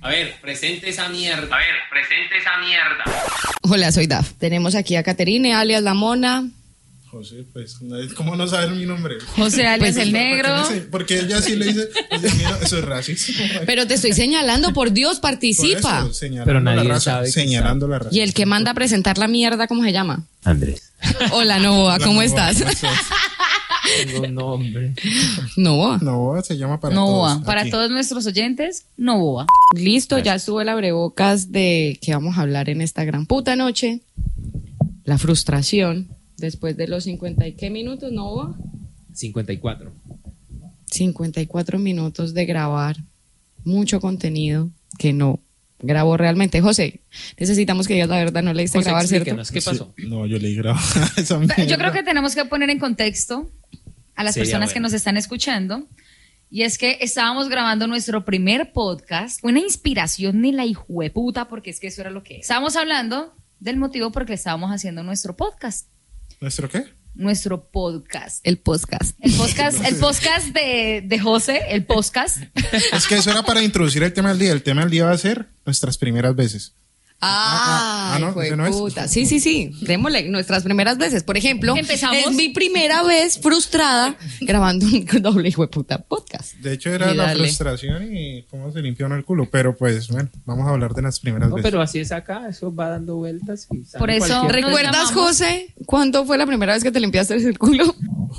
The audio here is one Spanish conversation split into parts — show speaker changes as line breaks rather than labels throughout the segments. A ver, presente esa mierda. A ver, presente esa mierda.
Hola, soy Daf. Tenemos aquí a Caterine, alias La Mona.
José, pues, nadie- ¿cómo no saber mi nombre?
José alias
Pues,
el
Porque,
negro.
no sé, porque ella sí le dice, pues, a mí no- eso es racismo.
Pero te estoy señalando, por Dios,
Por eso,
participa.
señalando
Pero nadie
la raza,
sabe que
Señalando la raza.
Y el que manda a presentar la mierda, ¿cómo se llama?
Andrés.
Hola, Novoa,
La
¿cómo
Novoa,
estás?
Tengo un nombre.
Novoa.
Novoa se llama para todos.
Novoa. ah, Para
aquí.
todos nuestros oyentes, Novoa.
Listo, ya estuvo el abrebocas de que vamos a hablar en esta gran puta noche. La frustración después de los 50 y qué minutos, ¿no? Boa?
54.
54 minutos de grabar mucho contenido que no grabó realmente. José, necesitamos que digas la verdad, no le diste
José,
grabar, ¿cierto?
explíquenos, ¿qué
Sí,
pasó?
No, yo le grabo esa mierda.
Yo creo que tenemos que poner en contexto a las
Sería
personas que
bueno.
nos están escuchando. Y es que estábamos grabando nuestro primer podcast, una inspiración ni la hijueputa, porque es que eso era lo que es. Estábamos hablando del motivo por qué estábamos haciendo nuestro podcast.
¿Nuestro qué?
Nuestro podcast.
El podcast.
El podcast, el podcast de, de José, el podcast.
Es que eso era para introducir el tema del día. El tema del día va a ser nuestras primeras veces.
Ah,
ah, ah, no, ese no es.
puta. Sí, sí, sí. Démosle nuestras primeras veces. Por ejemplo,
Empezamos.
es mi primera vez frustrada grabando un doble hijo de puta podcast.
De hecho, era
Y
la
dale.
frustración y cómo se limpió uno el culo. Pero pues, bueno, vamos a hablar de las primeras
No,
veces.
pero así es acá, eso va dando vueltas. y sale
Por eso-
cualquier-
Nos
¿Recuerdas,
llamamos.
José, cuándo fue la primera vez que te limpiaste el culo?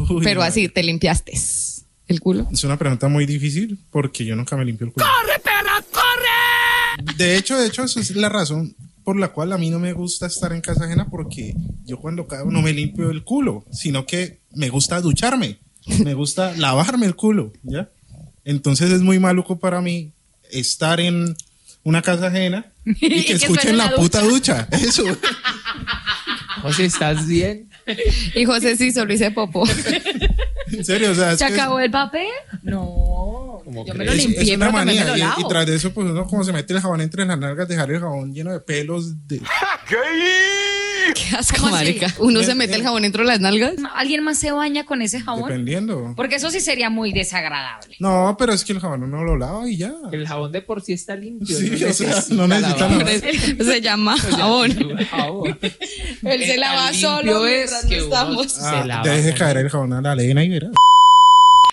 Uy,
Pero
madre.
así, te limpiaste el culo.
Es una pregunta muy difícil porque yo nunca me limpio el culo. ¡Corre, perra, corre! De hecho, de hecho, esa es la razón por la cual a mí no me gusta estar en casa ajena porque yo cuando cago no me limpio el culo, sino que me gusta ducharme, me gusta lavarme el culo, ¿ya? Entonces es muy maluco para mí estar en una casa ajena y que,
que
escuchen
suene
la,
la
puta ducha. Eso.
José, ¿estás bien?
Y José sí solo hice popo.
En serio, o sea, es
¿Se
que es-
acabó el papel? No.
¿Cómo
Yo me
crees?
lo
Es-
limpié,
es
pero
una
también me
manía.
lo
Y,
lavo.
y tras de eso, pues uno como se mete el jabón entre las nalgas, dejar el jabón lleno de pelos. de-
Qué asco,
¿Cómo así?
marica. Uno se mete el jabón dentro de las nalgas.
¿Alguien más se baña con ese jabón?
dependiendo.
Porque eso sí sería muy desagradable.
No, pero es que el jabón uno lo lava y ya.
El jabón de por sí está limpio.
Sí, o sea, no necesita
lavar.
nada.
Se llama jabón.
Jabón.
Él se lava
Tan
solo
limpio es
mientras no
que uno
estamos.
se
Ah,
lava
deje
con
caer
él.
el jabón a la arena y verás.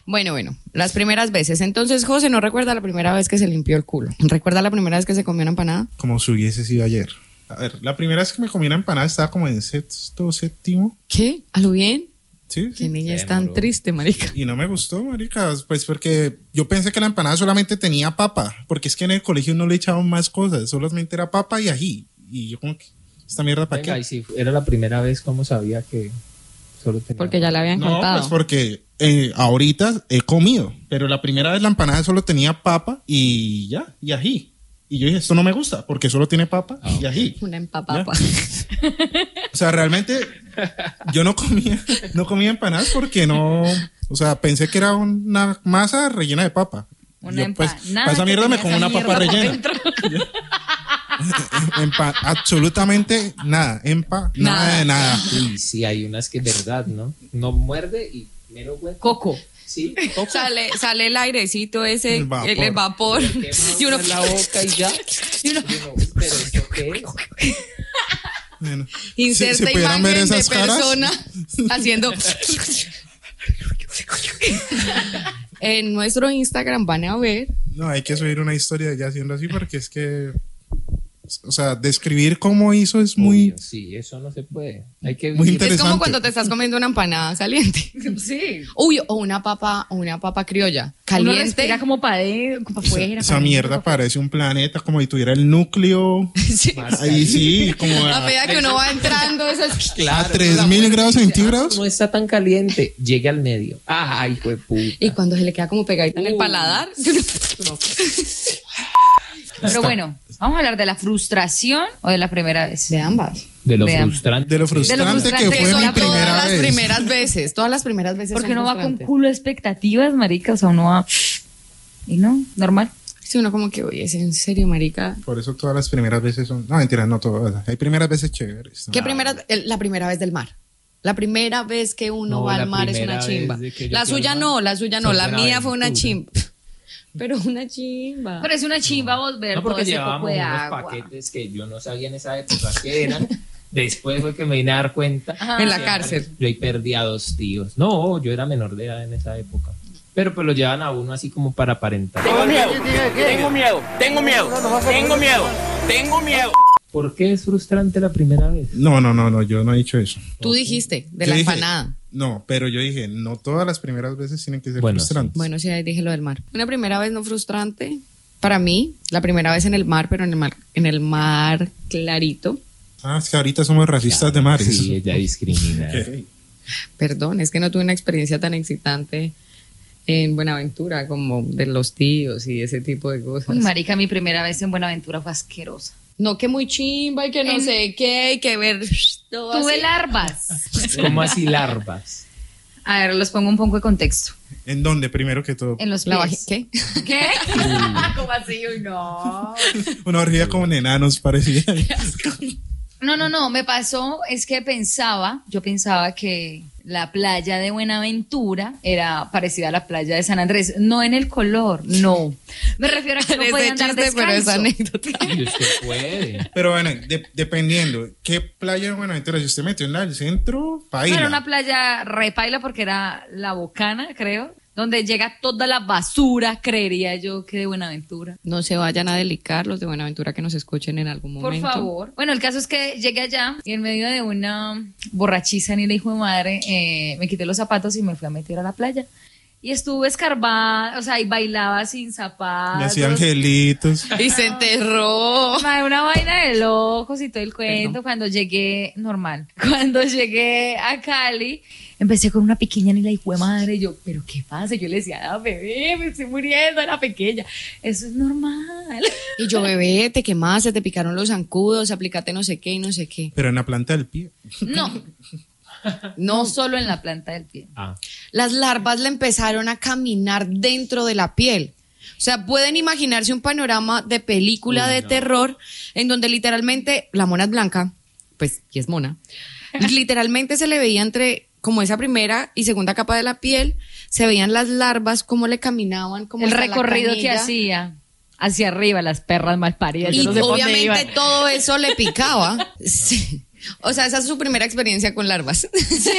Bueno, bueno, las primeras veces. Entonces, José no recuerda la primera vez que se limpió el culo. ¿Recuerda la primera vez que se comió una empanada?
Como si hubiese sido ayer. A ver, la primera vez que me comí una empanada estaba como en sexto, séptimo.
¿Qué? ¿A lo bien?
Sí,
Qué
sí.
niña es tan triste, marica.
Y no me gustó, maricas, pues porque yo pensé que la empanada solamente tenía papa, porque es que en el colegio no le echaban más cosas, solamente era papa y ají. Y yo como que, esta mierda para qué.
Venga, y si era la primera vez, ¿cómo sabía que solo tenía?
Porque ya la habían
No,
contado.
pues porque eh, ahorita he comido, pero la primera vez la empanada solo tenía papa y ya, y ají. Y yo dije, esto no me gusta porque solo tiene papa y ají.
Una empapapa.
O sea, realmente yo no comía, no comía empanadas porque no, o sea, pensé que era una masa rellena de papa.
Una
Yo, pues,
empanada
pa' esa
que
mierda me
tenía
como
esa
una papa
mierda por
rellena.
dentro.
Empa- absolutamente nada, empa, nada de nada.
Y sí, hay unas que es verdad, ¿no? No muerde y mero hueco.
Coco.
Sí, poco.
Sale, sale el airecito ese,
El vapor.
el, el vapor.
Quema
Y uno,
en la boca y ya. Y uno, pero ¿esto qué es?
Bueno,
inserta
si- si pudieran
imagen
ver esas
de
caras.
persona haciendo. en nuestro Instagram van a ver.
No, hay que subir una historia de ella haciendo así porque es que, o sea, describir cómo hizo es muy...
Obvio, sí, eso no se puede. Hay que
Muy
Es
inter-
vivir.
Interesante.
como cuando te estás comiendo una empanada caliente.
Sí.
Uy, o una papa, o una papa criolla.
Uno
Caliente.
respira como para afuera.
Esa mierda parece un planeta como si tuviera el núcleo.
Sí.
Más
Ahí sí, como
A
a,
medida que uno va entrando, esas.
Claro,
a 3000 grados centígrados.
No está tan caliente. Llegue al medio. Ay, hijo de puta.
Y cuando se le queda como pegadita en el
Uh.
paladar.
Pero bueno, vamos a hablar de la frustración o de la primera vez.
De ambas.
De lo
Vean.
frustrante.
De lo frustrante,
frustrante
que
que
fue
son
mi
todas
primera
las
vez.
primeras veces. Todas las primeras veces.
Porque
son
uno va con
frustrantes.
culo de expectativas, marica. O sea, uno va. Y no, normal.
Si uno como que, oye, es en serio, marica.
Por eso todas las primeras veces son... No, mentira, no todas. Hay primeras veces chéveres.
¿Qué primera, el- la primera vez del mar? La primera vez que uno
No,
va
la
al mar es
primera
una
vez
chimba.
de que yo
La
fui al
suya
mar
no, la suya no,
fue
la
una
mía fue una
aventura.
chimba. Pero una chimba.
Pero es una chimba vos ver
No,
todo
porque
ese poco
llevábamos
de
unos
agua.
paquetes que yo no sabía en esa época qué eran. Después fue que me vine a dar cuenta.
Ajá.
en la
Sí,
cárcel.
Yo ahí perdí a dos tíos. No, yo era menor de edad en esa época. Pero pues lo llevan a uno así como para aparentar.
Tengo miedo, tengo miedo, tengo miedo, tengo miedo, tengo miedo.
¿Por qué es frustrante la primera vez?
No, no, no, no, yo no he dicho eso.
Tú dijiste, de
Yo
la
dije-
empanada.
No, pero yo dije, no todas las primeras veces tienen que ser
Bueno,
frustrantes.
Bueno, sí, ahí dije lo del mar. Una primera vez no frustrante. Para mí, la primera vez en el mar, pero en el mar, en el mar clarito.
Ah, es que ahorita somos racistas de mares.
Sí, ella discrimina.
Ok.
Perdón, es que no tuve una experiencia tan excitante en Buenaventura como de los tíos y ese tipo de cosas.
pues.
Uy, marica, mi primera vez en Buenaventura fue asquerosa.
No, que muy chimba y que no
En-
sé qué y que ver todo
Tuve
así.
larvas.
¿Cómo así larvas?
A ver, los pongo un poco de contexto.
¿En dónde? Primero que todo.
En los
La
pies.
vagi- ¿Qué?
¿Qué? ¿Cómo así? Uy, no.
Una orgía como en enanos parecía.
No, no, no, me pasó, es que pensaba, yo pensaba que la playa de Buenaventura era parecida a la playa de San Andrés, no en el color, no. Me refiero a que no
Ese
podía andar
chiste, pero es
descalzo.
anécdota.
Y usted puede.
Pero bueno, de- dependiendo, ¿qué playa de Buenaventura? Si usted metió en la del centro,
No,
paila.
era una playa repaila porque era la Bocana, creo, donde llega toda la basura, creería yo, que de Buenaventura.
No se vayan a delicar los de Buenaventura que nos escuchen en algún
Por
momento.
favor. Bueno, el caso es que llegué allá y en medio de una borrachiza ni le hijo de madre, eh, me quité los zapatos y me fui a meter a la playa. Y estuve escarbada, o sea, y bailaba sin
Le
zapatos.
hacía angelitos.
Y se enterró.
Madre, Una vaina de locos y todo el cuento. Cuando llegué, normal. Cuando llegué a Cali, empecé con una pequeña ni la hijo de madre. Yo, ¿pero qué pasa? Yo le decía, "Ah, bebé, me estoy muriendo, era pequeña. Eso es normal.
Y yo, bebé, te quemaste, te picaron los zancudos, aplícate no sé qué y no sé qué.
Pero en la planta del pie.
No, no
No,
solo en la planta del pie.
Ah,
las larvas le empezaron a caminar dentro de la piel. O sea, pueden imaginarse un panorama de película de terror en donde literalmente la mona es blanca, pues, y es mona, literalmente se le veía entre como esa primera y segunda capa de la piel, se veían las larvas, cómo le caminaban, cómo
el
hasta la
recorrido que
canilla.
hacía hacia arriba las perras mal paridas yo
Y
no sé por dónde
obviamente
iban.
todo eso le picaba. Sí. O sea, esa es su primera experiencia con larvas. Sí.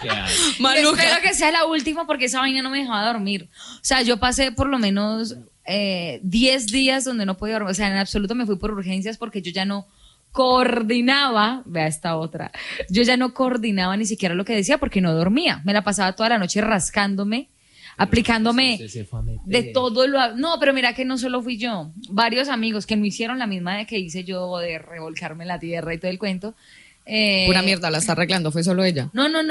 qué asco.
Yo espero que sea la última porque esa vaina no me dejaba dormir o sea yo pasé por lo menos eh, 10 días donde no podía dormir o sea en absoluto me fui por urgencias porque yo ya no coordinaba vea esta otra yo ya no coordinaba ni siquiera lo que decía porque no dormía me la pasaba toda la noche rascándome aplicándome
Usted se fue a meter.
de todo lo. ha- No, pero mira que no solo fui yo. Varios amigos que no hicieron la misma de que hice yo de revolcarme en la tierra y todo el cuento. Eh,
Pura mierda, la está arreglando, fue solo ella.
No, no,
Ah,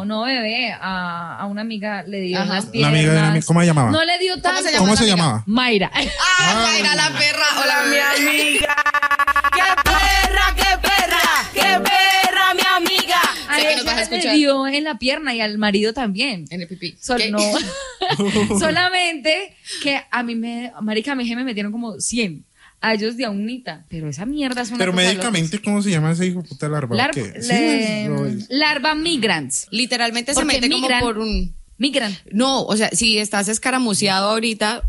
no, no, bebé. A, a una amiga le dio
Ajá.
unas
Una
piernas.
amiga de una ami- ¿cómo se llamaba?
No le dio tanto.
se
¿Cómo se llamaba?
Mayra.
¡Ah, Mayra, la perra! Hola, mi
amiga, qué perra, qué perra, qué perra, mi amiga.
A
Sé que nos
ella
vas a
le
escuchar.
dio en la pierna y al marido también.
En el pipí.
Sol-
¿Qué?
no. Solamente que a mí me, marica, a mi jefe me metieron como 100. A ellos de a unita. Pero esa mierda es una
Pero
cosa loca.
médicamente, ¿cómo se llama ese hijo de puta larva?
Lar-
¿Qué? Sí,
le-
lo es.
larva migrants.
Literalmente se
Porque
mete
migran.
como por un...
Migran.
No, o sea, si estás escaramuceado ahorita...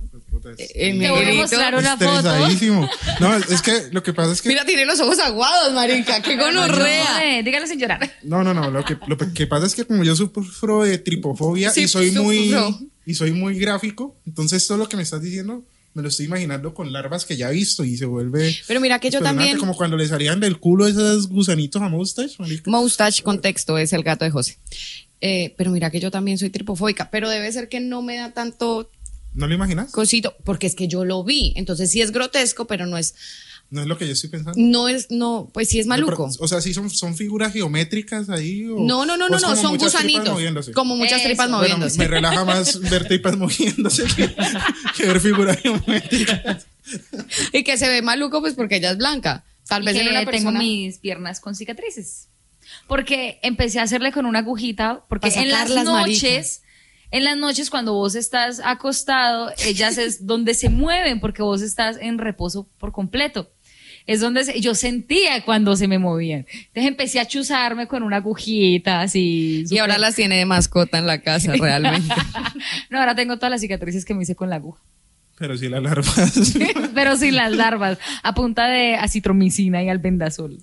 En
Te voy a mostrar una foto.
Estresadísimo. No, es que lo que pasa es que.
Mira, tiene los ojos aguados, marica. ¡Qué gonorrea!
Eh, dígalo sin llorar.
No, no, no. Lo que, lo que pasa es que como yo sufro de tripofobia
Sí,
y soy muy
sufro.
y soy muy gráfico, entonces todo lo que me estás diciendo me lo estoy imaginando con larvas que ya he visto y se vuelve.
Pero mira que yo
espeluznante,
también-
Como cuando le salían del culo esos gusanitos a mustache, marica.
Moustache, contexto, es el gato de José. Eh, pero mira que yo también soy tripofóbica, pero debe ser que no me da tanto
¿No lo imaginas?
cosito, porque es que yo lo vi. Entonces sí es grotesco, pero no es,
No es lo que yo estoy pensando.
no es, no, pues sí es maluco.
O sea, sí son, son figuras geométricas ahí. O,
No, no, no,
o
no,
es
no,
pues como
son
muchas tripas
gusanitos.
moviéndose.
Como muchas
Eso.
tripas
Bueno,
Bueno,
moviéndose.
me relaja más ver tripas moviéndose que, que ver figuras geométricas.
Y que se ve maluco, pues porque ella es blanca. Tal
Y
vez
que
en una
tengo
persona.
mis piernas con cicatrices. Porque empecé a hacerle con una agujita, porque
Pa'
en las
sacarlas, marica.
noches, en las noches cuando vos estás acostado, ellas es donde se mueven, porque vos estás en reposo por completo. Es donde se- yo sentía cuando se me movían. Entonces empecé a chuzarme con una agujita, así.
Y ahora las tiene de mascota en la casa, realmente.
no, ahora tengo todas las cicatrices que me hice con la aguja.
Pero sí las larvas.
Pero sin las larvas, a punta de acitromicina y albendazol.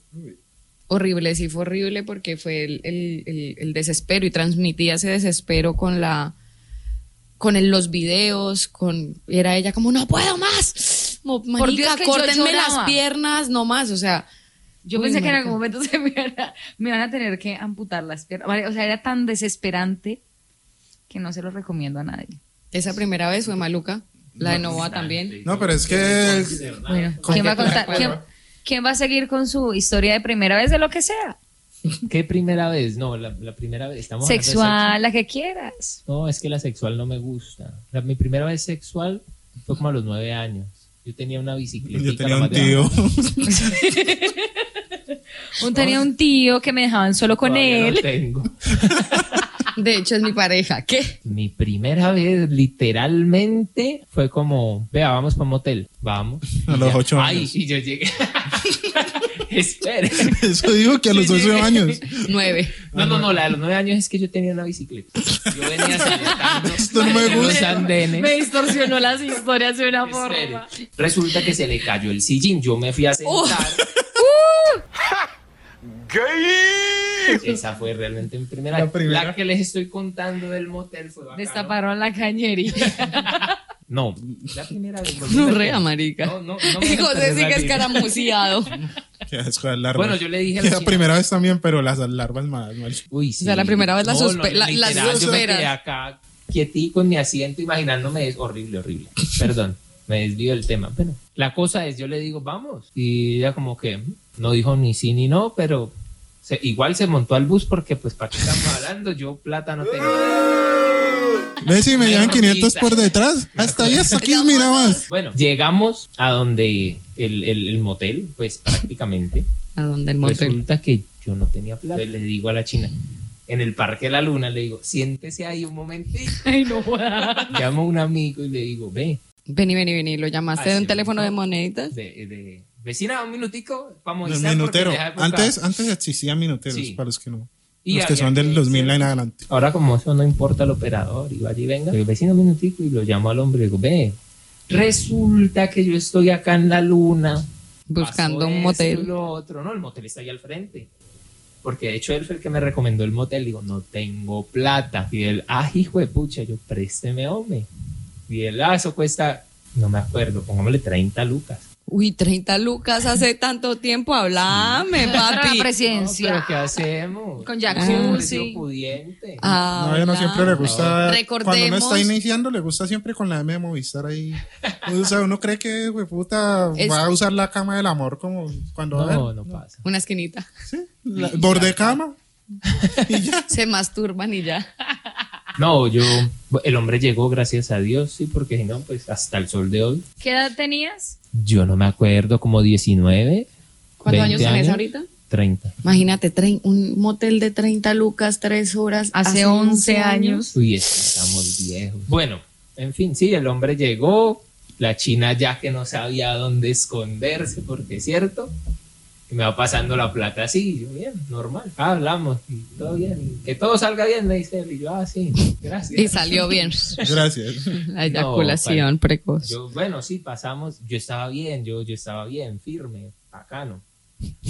Horrible, sí fue horrible porque fue el, el- el- el desespero y transmitía ese desespero con la con el- los videos, con y era ella como no puedo más. Como,
Por
"Marica,
Dios que yo
córtenme
lloraba".
las piernas, no más, o sea,
Yo
Uy,
pensé que en
marica.
algún momento se me iban a, me iban a tener que amputar las piernas. Vale, O sea, era tan desesperante que no se lo recomiendo a nadie.
esa primera vez fue maluca, la de Nova también.
No, pero es que.
Bueno,
Con
¿quién va a
que-
contar?
con-
¿Quién, quién va a seguir con su historia de primera vez de lo que sea?
¿Qué primera vez? No, la, la primera vez. Estamos hablando de
Sexual, la que quieras.
sexo. No, es que la sexual no me gusta. La- mi primera vez sexual fue como a los nueve años. Yo tenía una bicicleta.
Yo tenía un tío.
Un, tenía un tío que me dejaban solo con él.
tengo.
De hecho es mi pareja. ¿Qué?
Mi primera vez, literalmente, fue como, vea, vamos para un motel. Vamos.
A
Y
los
ya-
ocho
Ay,
años.
y yo llegué. Espere.
Eso digo que a los
Sí, sí.
12 años.
Nueve.
No, no, no, la de los nueve años es que yo tenía una bicicleta. Yo venía saltando
Esto no me
en los
gusta.
andenes.
Me distorsionó las historias de una
Espere.
forma.
Resulta que se le cayó el sillín. Yo me fui a sentar. Esa fue realmente mi primera.
La
La,
primera.
que les estoy contando del motel fue bacano.
Destaparon la cañería.
No, la primera vez.
No rea, marica.
No, no, no me
Y José
gusta
sigue
esa
escaramuciado.
Qué asco las larvas.
Bueno, yo le dije a la
la
chica-
primera vez también, pero las larvas más. mal.
Uy, sí.
sea, la primera vez la suspe- la-
literal,
las
Yo me
superas.
quedé acá quietico en mi asiento imaginándome es horrible, horrible. Perdón, me desvío del tema. Bueno, la cosa es, yo le digo, vamos. Y ella como que no dijo ni sí ni no, pero se- igual se montó al bus porque pues para qué estamos hablando, yo plata no tengo.
¿Ves si me llevan
Una
500
hormiguita.
por detrás? Hasta ahí, hasta aquí, mira más.
Bueno, llegamos a donde el, el- el motel, pues prácticamente.
¿A dónde el
Pues
motel?
Resulta que yo no tenía plata. Entonces le digo a la china, en el Parque de la Luna, le digo, siéntese ahí un momentito.
Ay, no.
Llamo a un amigo y le digo, ve,
Vení, vení, vení. ¿Lo llamaste
Ay,
de un
sí,
teléfono
no.
de moneditas?
de, de- vecina, un minutico, vamos a
El
iniciar porque en
minutero.
esa época-
Antes, antes existían minuteros,
Sí.
para los que no.
Y
los que
había
son del
que
2000
ser-
en adelante.
Ahora como eso no importa al operador, y vaya y venga, el vecino un minutico y lo llamo al hombre y digo, ve, resulta que yo estoy acá en la luna.
Buscando
pasó
un
esto y
motel.
Lo otro, no, el motel está ahí al frente. Porque de hecho él fue el que me recomendó el motel. Digo, no tengo plata. Y él, ah, hijo de pucha, yo présteme, hombre. Y él, ah, eso cuesta, no me acuerdo, pongámosle 30 lucas.
Uy, 30 lucas hace tanto tiempo. Hablame,
Para la
papi.
presidencia.
No, pero ¿qué hacemos?
Con
jacuzzi.
jacuzzi.
pudiente.
Ah,
No, a ella no
hola.
siempre le gusta. Cuando uno
Recordemos-
está iniciando, le gusta siempre con la M de Movistar ahí. O sea, uno cree que, güey, puta,
Es-
va a usar la cama del amor como cuando. va a
No,
ver,
no pasa.
Una esquinita.
¿sí? La- borde cama.
Se masturban y ya.
No, yo, el hombre llegó, gracias a Dios, sí, porque si no, pues hasta el sol de hoy.
¿Qué edad tenías?
Yo no me acuerdo, como 19.
¿Cuántos
20
años tenés ahorita?
30.
Imagínate, trein- un motel de 30 lucas, 3 horas.
Hace 11 años.
Uy, es que estamos viejos. Bueno, en fin, sí, el hombre llegó, la china ya que no sabía dónde esconderse, porque es cierto, y me va pasando la plata así, y yo bien, normal, Ah, hablamos, y todo bien, que todo salga bien, me dice él, y yo, ah, sí, gracias.
Y salió bien.
Gracias.
La eyaculación precoz.
Yo, bueno, sí, pasamos, yo estaba bien, yo, yo estaba bien, firme, bacano.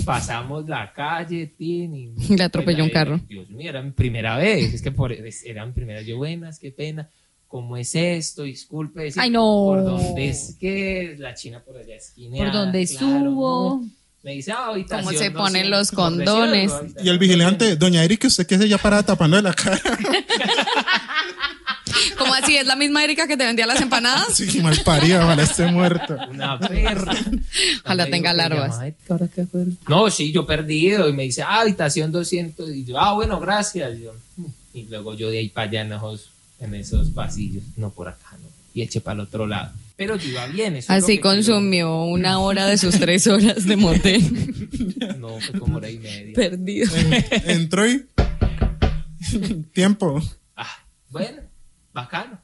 Pasamos la calle, tin, y- pues,
Le atropelló un carro.
Dios mío, era mi primera vez, es que por, es- era mi primera, yo, buenas, qué pena, ¿cómo es esto? Disculpe, sí,
Ay, no.
¿Por dónde es que la china por allá esquina?
¿Por dónde subo?
Me dice, ah, habitación
¿Cómo se ponen
200,
los
por decir algo,
condones?
habitación
Y el vigilante, doña Erika, ¿usted qué hace ya para tapando de la cara?
¿Cómo así? ¿Es la misma Erika que te vendía las empanadas?
Sí, mal parida, ojalá esté muerta.
Una perra.
Ojalá
Entonces
tenga
yo le llamo,
larvas.
"Ay, ¿ahora qué fue?" No, sí, yo perdido. Y me dice, ah, habitación 200. Y yo, ah, bueno, gracias. Y, yo, "Mm". Y luego yo de ahí para allá en esos, en esos pasillos. No, por acá, no. Y eché para el otro lado. Pero yo iba bien. Eso es lo
Así
que quiero.
consumió una hora de sus 3 horas de motel.
No, fue como hora y media.
Perdido.
En- entró y. Tiempo.
Ah, bueno, bacano.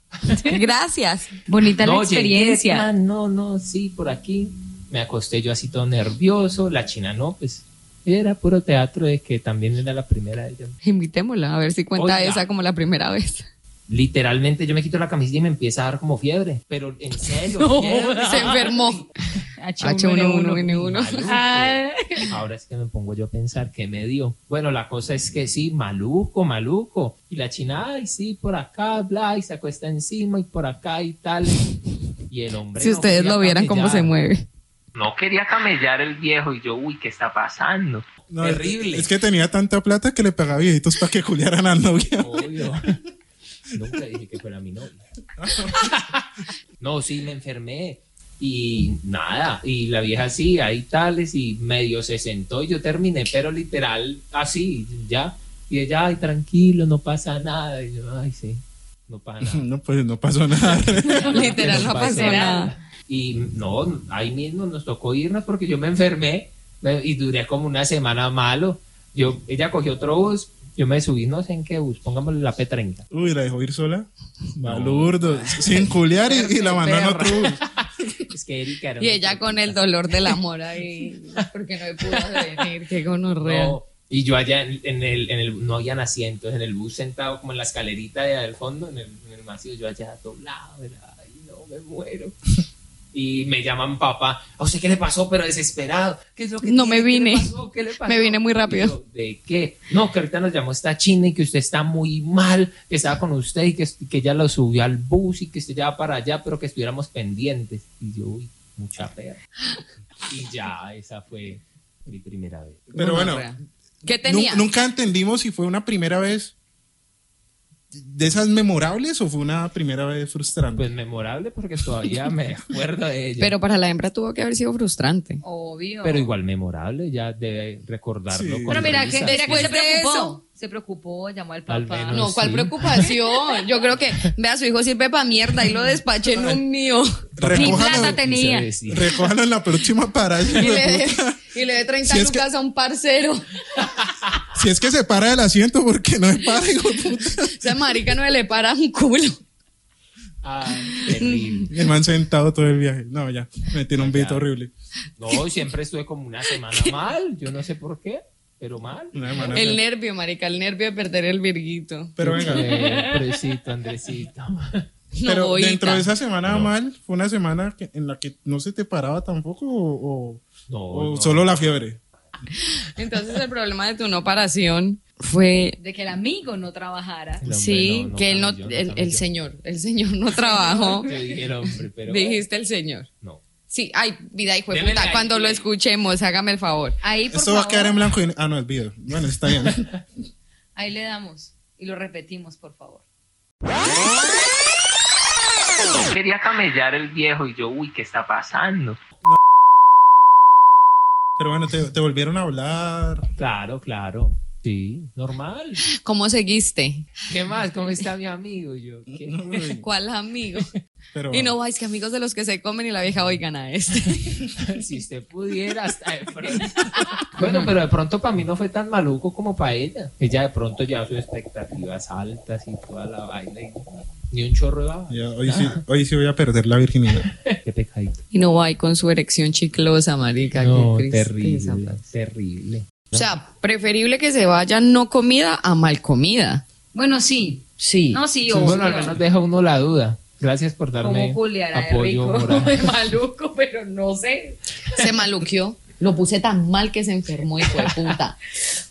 Gracias.
Bonita la
No, llegué,
experiencia.
ah, no, no, sí, por aquí. Me acosté yo así todo nervioso. La china no, pues. Era puro teatro de que también era la primera de ellas.
Invitémosla a ver si cuenta
Oiga.
esa como la primera vez.
Literalmente yo me quito la camiseta y me empieza a dar como fiebre, pero en serio, fiebre.
Se enfermó. H1N1.
Maluco.
Ah.
Ahora es que me pongo yo a pensar qué me dio. Bueno, la cosa es que sí, maluco, maluco. Y la china, ay, sí, por acá, bla, y se acuesta encima y por acá y tal. Y el hombre.
Si
no
ustedes
quería
lo vieran cómo se
camellar.
mueve.
No quería camellar el viejo y yo, uy, ¿qué está pasando?
No, es-
Terrible.
Es, que tenía tanta plata que le pagaba viejitos para que culiaran a la novia.
Obvio. Nunca dije que fuera mi novia. No, sí, me enfermé. Y nada, y la vieja sí, ahí tales, y medio se sentó y yo terminé, pero literal, así, ya. Y ella, ay, tranquilo, no pasa nada. Y yo, ay, sí, no pasa nada.
No, pues no pasó nada.
Literal, no
Nos
pasó
pasó
nada.
Y no, ahí mismo nos tocó irnos porque yo me enfermé me- y duré como una semana malo. Yo, ella cogió otro bus, yo me subí, no sé en qué bus, pongámosle la P30.
Uy, la dejó ir sola. Malurdo. Sin culiar y, y la mandó en otro bus.
Es que Erika era
Y
una
ella con el dolor del amor ahí, porque no me pudo venir, qué gonorrea.
No, y yo allá en, en el, en el, no habían asientos, en el bus sentado como en la escalerita de allá del fondo, en el, en el masillo, yo allá doblado, era, ay, no, me muero. Y me llaman papá, o sea, ¿qué le pasó? Pero desesperado. ¿Qué es lo que
No
tiene?
me
¿Qué le
vine.
pasó? ¿Qué le pasó?
Me vine muy
Y yo,
rápido.
¿De qué? No, que ahorita nos llamó esta china y que usted está muy mal, que estaba con usted y que, que ella lo subió al bus y que usted ya va para allá, pero que estuviéramos pendientes. Y yo, uy, mucha perra. Y ya, esa fue mi primera vez.
Pero bueno,
Gonorrea. ¿Qué
nu-
tenía?
nunca entendimos si fue una primera vez de esas memorables o fue una primera vez frustrante.
Pues memorable porque todavía me acuerdo de ella.
Pero para la hembra tuvo que haber sido frustrante.
Obvio.
Pero igual memorable, ya debe recordarlo.
Sí.
con
Pero mira, que,
risas.
mira que
Después
se
de
preocupó.
eso.
Se preocupó, llamó al
Al
papá.
menos.
No, ¿cuál
Ah, sí.
preocupación? Yo creo que, vea, su hijo sirve para mierda y lo despaché en un mío.
Ni
Recójalo-
plata
Y se
tenía.
decía,
recójalo en la próxima parada. hijo
Y le,
de
dé-
puta.
y le dé 30
Si es que-
lucas a un parcero.
Si es que se para del asiento, porque no se para, hijo de puta?
O sea, marica no le para un culo.
"Ay, "Ah, terrible.
El man sentado todo el viaje. No, ya, me tiene un beat horrible.
No, y siempre estuve como una semana mal. Yo no sé por qué, pero mal.
Una semana
El
ya.
nervio, marica, el nervio de perder el virguito.
Pero venga,
Eh, pobrecito, Andresito.
No,
pero
boita.
dentro de esa semana
No.
mal, ¿fue una semana que- en la que no se te paraba tampoco o, o-
No,
o
no.
solo la fiebre?
Entonces el problema de tu no paración fue
De que el amigo no trabajara.
El hombre
sí,
no, no
que él no,
camelló, no
el, el
camelló.
señor, el señor no trabajó.
Yo dije el hombre, pero.
Dijiste el señor.
No.
Sí, ay, vida hijo de
Deme
puta,
like,
cuando lo
like.
escuchemos, hágame el favor.
Ahí, por
Esto va a
favor,
quedar en blanco y... Ah, no, es video. Bueno, está bien.
ahí le damos. Y lo repetimos, por favor.
No quería camellar el viejo y yo, uy, ¿qué está pasando?
Pero bueno, te, te volvieron a hablar.
Claro, claro. Sí, normal.
¿Cómo seguiste?
¿Qué más? ¿Cómo está mi amigo? Y Yo, ¿qué?
Uy,
¿Cuál amigo?
Pero,
Y no, ay, es que amigos de los que se comen y la vieja hoy gana este.
si usted pudiera hasta de pronto. bueno, pero de pronto para mí no fue tan maluco como para ella. Ella de pronto lleva sus expectativas altas y toda la vaina y ni un chorro de baja.
ya, hoy, sí, hoy sí voy a perder la virginidad.
Qué pecadito.
Y no, ay, con su erección chiclosa, marica. qué tristeza,
terrible,
parce.
terrible.
O sea, preferible que se vaya no comida a mal comida.
Bueno, sí.
Sí.
No, sí, obvio.
Bueno, al menos deja uno la duda. Gracias por darme
Como culiara de
apoyo
rico,
moral.
de maluco, pero no sé.
Se maluqueó. Lo puse tan mal que se enfermó, hijo de puta.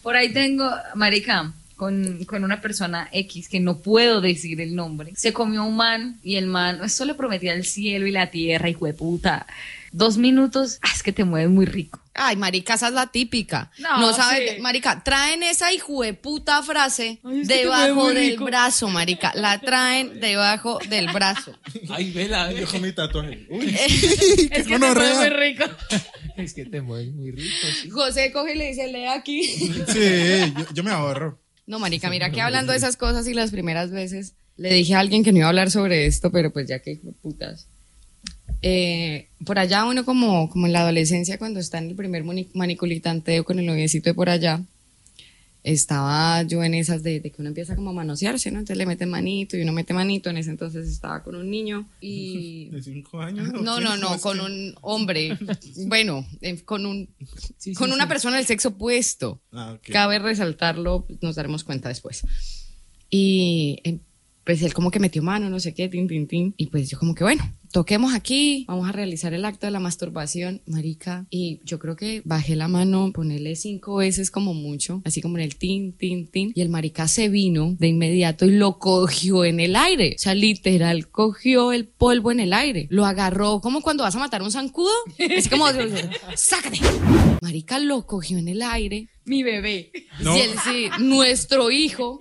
Por ahí tengo, marica, con, con una persona X que no puedo decir el nombre. Se comió un man y el man, esto le prometía el cielo y la tierra, hijo de puta. Dos minutos, ah, es que te mueves muy rico.
Ay, marica, esa es la típica. No,
No,
sabes,
sí.
marica, traen esa hijo de puta frase
Ay, es que te
debajo
mueve muy
del
rico.
brazo, marica. La traen debajo del brazo.
Ay, vela,
Yo con mi tatuaje. Uy,
es que te
gonorrea.
mueves muy rico.
es que te mueves muy rico. sí.
José coge y le dice, lee aquí.
Sí, yo, yo me ahorro.
No, marica, mira que hablando de esas cosas y las primeras veces le dije a alguien que no iba a hablar sobre esto, pero pues ya que hijo de putas. Eh, por allá uno como, como en la adolescencia cuando está en el primer mani- maniculitanteo con el noviecito de por allá, estaba yo en esas de, de que uno empieza como a manosearse, ¿no? Entonces le mete manito y uno mete manito, en ese entonces estaba con un niño y...
De cinco años. ¿o
No,
qué?
no, no,
Es
con
que-
un hombre, bueno, eh, con un
Sí, sí,
con una
sí.
persona del sexo opuesto.
Ah, ok.
Cabe resaltarlo, nos daremos cuenta después. Y em, pues él como que metió mano, no sé qué, tin, tin, tin. Y pues yo como que, bueno, toquemos aquí, vamos a realizar el acto de la masturbación, marica. Y yo creo que bajé la mano, ponerle cinco veces como mucho, así como en el tin, tin, tin. Y el marica se vino de inmediato y lo cogió en el aire. O sea, literal, cogió el polvo en el aire. Lo agarró como cuando vas a matar a un zancudo. Así como, sácate. Marica lo cogió en el aire.
Mi bebé.
No.
Sí, él sí, nuestro hijo.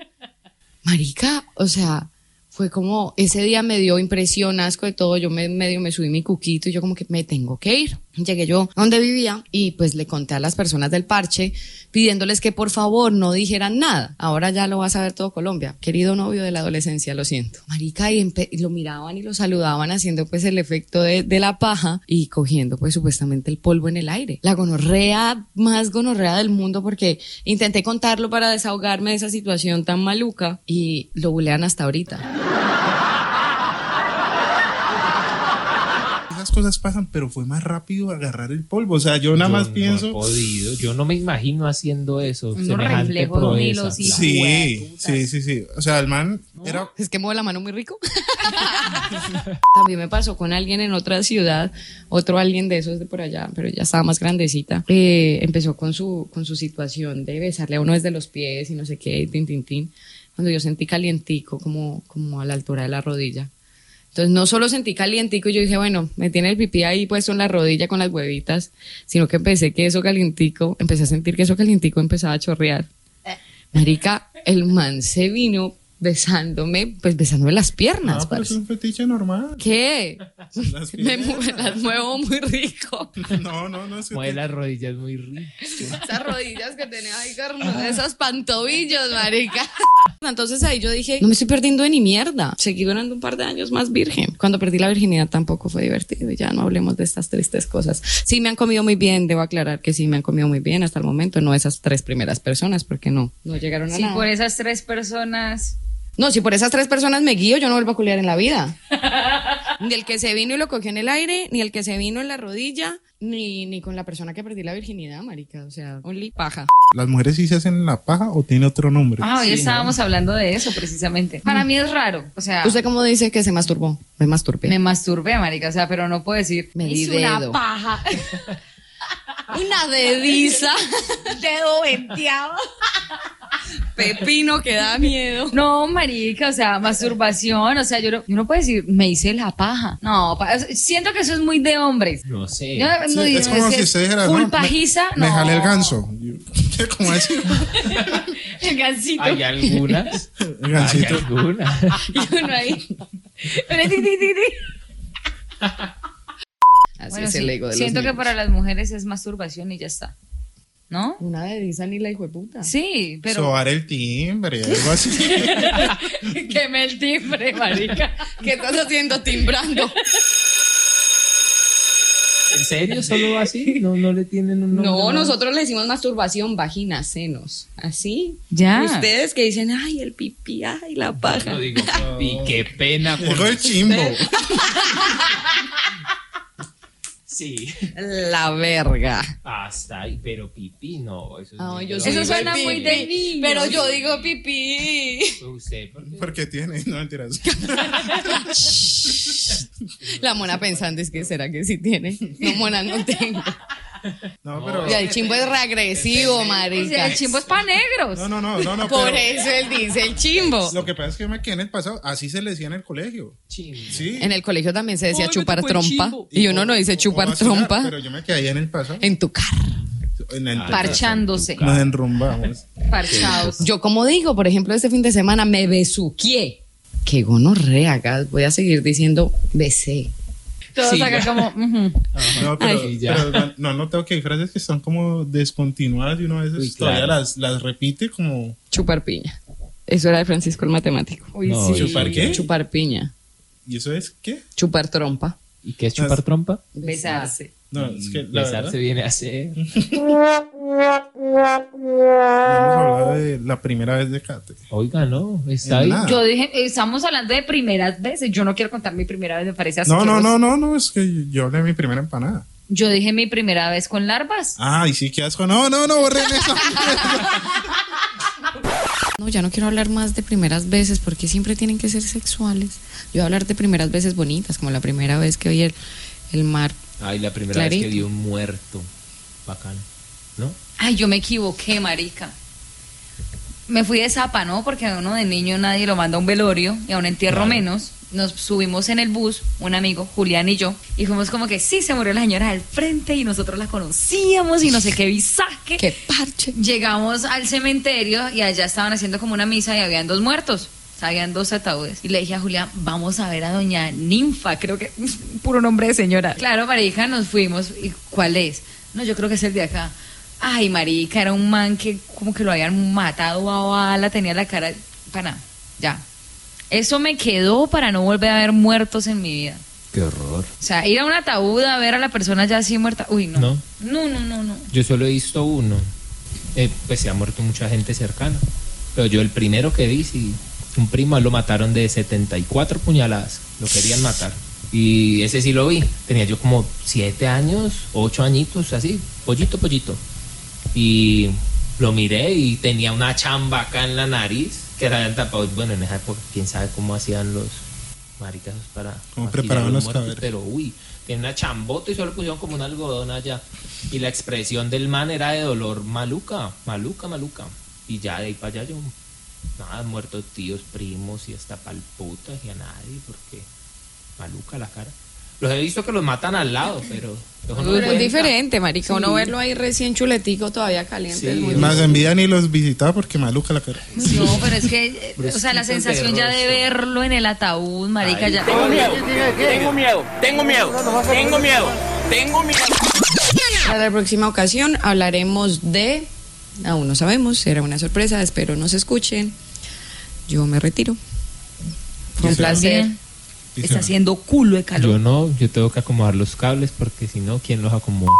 Marica, o sea, fue como, ese día me dio impresión, asco de todo, yo me, medio me subí mi cuquito y yo como que me tengo que ir. Llegué yo a donde vivía y pues le conté a las personas del parche pidiéndoles que por favor no dijeran nada. Ahora ya lo va a saber todo Colombia. Querido novio de la adolescencia, lo siento. Marica, y empe- y lo miraban y lo saludaban haciendo pues el efecto de, de la paja y cogiendo pues supuestamente el polvo en el aire. La gonorrea más gonorrea del mundo porque intenté contarlo para desahogarme de esa situación tan maluca y lo bulean hasta ahorita.
Esas cosas pasan, pero fue más rápido agarrar el polvo. O sea, yo nada más
no
pienso.
he podido. Yo no me imagino haciendo eso.
Unos
semejante
reflejos ni
proeza.
los hijos.
Sí,
Hijueputas.
sí, sí, sí. O sea, el man era.
Es que mueve la mano muy rico. También me pasó con alguien en otra ciudad, otro alguien de esos de por allá, pero ya estaba más grandecita. Eh, empezó con su, con su situación de besarle a uno desde los pies y no sé qué, y tin, tin, tin. Cuando yo sentí calientico, como, como a la altura de la rodilla. Entonces no solo sentí calientico y yo dije, bueno, me tiene el pipí ahí puesto en la rodilla con las huevitas, sino que empecé que eso calientico, empecé a sentir que eso calientico empezaba a chorrear. Marica, el man se vino besándome, pues besándome las piernas.
Ah, pero es
parce.
un fetiche normal.
¿Qué?
Las
Me
piernas.
mue- las muevo muy rico.
No, no, no. Es
Mueve
que
las rodillas muy rico.
Esas rodillas que tenía ahí, carnal, esos pantobillos, marica. Ah. Entonces ahí yo dije, no me estoy perdiendo de ni mierda. Seguí durando un par de años más virgen. Cuando perdí la virginidad tampoco fue divertido. y Ya no hablemos de estas tristes cosas. Sí me han comido muy bien, debo aclarar que sí me han comido muy bien hasta el momento. No esas tres primeras personas, porque no, no llegaron a
Si
nada.
por esas tres personas.
No, si por esas tres personas me guío, yo no vuelvo a culiar en la vida. Ni el que se vino y lo cogió en el aire, ni el que se vino en la rodilla, ni, ni con la persona que perdí la virginidad, marica. O sea, only paja.
¿Las mujeres sí se hacen la paja o tiene otro nombre?
Ah, hoy estábamos hablando de eso precisamente. Para mí es raro. O sea,
Mm. ¿Usted cómo dice que se masturbó? Me masturbé.
Ah. me masturbé, marica. O sea, pero no puedo decir.
Me di
hice una
dedo".
paja.
Una dediza.
dedo venteado.
Pepino que da miedo.
No, marica, o sea, masturbación, o sea, yo no, yo no puedo decir, me hice la paja. No, pa- o sea, siento que eso es muy de hombres.
No sé.
Yo,
Sí,
no, yo
es como
decir,
si usted dijera.
full
no, me-
pajiza,
Me,
no.
jalé el ganso. Yo- ¿Cómo así?
El gansito.
Hay algunas.
El
Hay
gansito.
algunas.
Y uno ahí. Pero ti, ti, ti, ti.
Así
Bueno,
es
sí,
el ego de los
siento que
niños.
para las mujeres es masturbación y ya está. ¿No?
Una dediza ni la hijo de puta.
Sí, pero
Sobar el timbre, algo así.
quemé el timbre, marica.
¿Qué estás haciendo timbrando?
¿En serio? ¿Solo así? ¿No, no le tienen un nombre
No,
más?
nosotros le decimos masturbación, vagina, senos. Así.
Ya.
Ustedes que dicen, ay, el pipí, ay, la paja.
Yo digo, y qué pena. por
Llegó el chimbo.
Sí.
La verga.
Hasta ahí, pero pipí no. Eso, es
Ay,
muy
yo
grosero.
sí
Eso
digo
suena
pipí,
muy de niños.
Pero yo digo pipí.
Usted, porque
Porque tiene, no mentiras.
La mona pensando es que será que sí tiene. No, mona no tengo.
No, pero.
Y el chimbo es reagresivo,
O sea,
marica.
el chimbo es para negros.
No, no, no, no, no.
Pues, Por
pero
eso él dice el chimbo.
Lo que pasa es que yo me quedé en el pasado. Así se le decía en el colegio.
chimbo.
Sí.
En el colegio también se decía
Ay, me
chupar
tocó el
trompa.
chimbo.
Y uno no
O-
dice
o
chupar
vacilar,
trompa
Pero yo me quedé ahí en el pasado.
en tu cara.
En el
Parchándose.
Nos enrumbamos.
Parchados.
Yo como digo, por ejemplo, este fin de semana me besuqué. Qué gonorrea, gas. voy a seguir diciendo besé.
Todos
Sí,
acá
ya.
como. ujú.
No, pero,
Ay, ya.
pero no- no noto que hay frases que son como descontinuadas y uno a veces
Uy,
todavía
claro.
las, las repite como
Chupar piña. Eso era de Francisco el matemático.
Uy,
No,
sí.
chupar qué.
Chupar piña.
¿Y eso es qué?
Chupar trompa.
¿Y qué es chupar trompa?
Besarse.
No, es que la verdad, Mm.
Besarse viene a ser.
hemos hablado de la primera vez de Kate.
Oiga, no, está ahí.
En nada.
Yo dije, estamos hablando de primeras veces. Yo no quiero contar mi primera vez, me parece así.
No, no, no, no, no, es que yo hablé de mi primera empanada.
Yo dije mi primera vez con larvas.
Ah, y sí, qué asco. No, no, no, borren eso.
No, ya no quiero hablar más de primeras veces porque siempre tienen que ser sexuales. Yo voy a hablar de primeras veces bonitas, como la primera vez que vi el, el mar.
Ay, la primera vez
Clarito.
que vi un muerto. Bacano. ¿No?
Ay, yo me equivoqué, marica. Me fui de zapa, ¿no? Porque a uno de niño nadie lo manda a un velorio y a un entierro
Claro.
menos. Nos subimos en el bus, un amigo, Julián y yo, y fuimos como que sí, se murió la señora del frente y nosotros la conocíamos y no sé qué visaje.
¡Qué parche!
Llegamos al cementerio y allá estaban haciendo como una misa y habían dos muertos. O sea, Habían dos ataúdes. Y le dije a Julián, vamos a ver a doña Ninfa, creo que puro nombre de señora. Claro, marica, nos fuimos. ¿Y cuál es? No, yo creo que es el de acá. Ay, marica, era un man que como que lo habían matado a bala, tenía la cara pana. Ya. Eso me quedó para no volver a ver muertos en mi vida.
Qué horror.
O sea, ir a un ataúd a ver a la persona ya así muerta. Uy, no.
No.
No, no, no, no.
Yo solo he visto uno. Eh, pues se ha muerto mucha gente cercana. Pero yo el primero que vi, sí, un primo a él lo mataron de 74 puñaladas. Lo querían matar. Y ese sí lo vi. Tenía yo como 7 años, 8 añitos, así. Pollito, pollito. Y lo miré y tenía una chamba acá en la nariz que la habían tapado. Bueno, en esa época, quién sabe cómo hacían los maricas para.
Cómo
maquillar
preparaban los
muertos,
cadáveres.
Pero uy, tiene una chambota y solo pusieron como un algodón allá. Y la expresión del man era de dolor maluca, maluca, maluca. Y ya de ahí para allá yo. Nada, muertos tíos, primos y hasta pal putas y a nadie, porque maluca la cara. Los he visto que los matan al lado, pero. eso no
Pero es
cuenta.
diferente, marica. Uno
Sí.
verlo ahí recién chuletico, todavía caliente.
Sí.
es muy-
Más envidia ni los visitaba porque maluca la cara.
No, pero es que, eh,
Pero
o sea, la
es que
sensación ya de
perroso.
verlo en el ataúd, marica,
Ay,
ya.
Tengo miedo, tengo miedo, tengo miedo, tengo miedo, tengo miedo.
Para la próxima ocasión hablaremos de. Aún no sabemos, será una sorpresa. Espero nos escuchen. Yo me retiro. Fue un
Sí, señora.
placer.
Bien.
Sí,
Está
señora.
haciendo culo de calor.
Yo no, yo tengo que acomodar los cables porque si no, ¿quién los acomoda?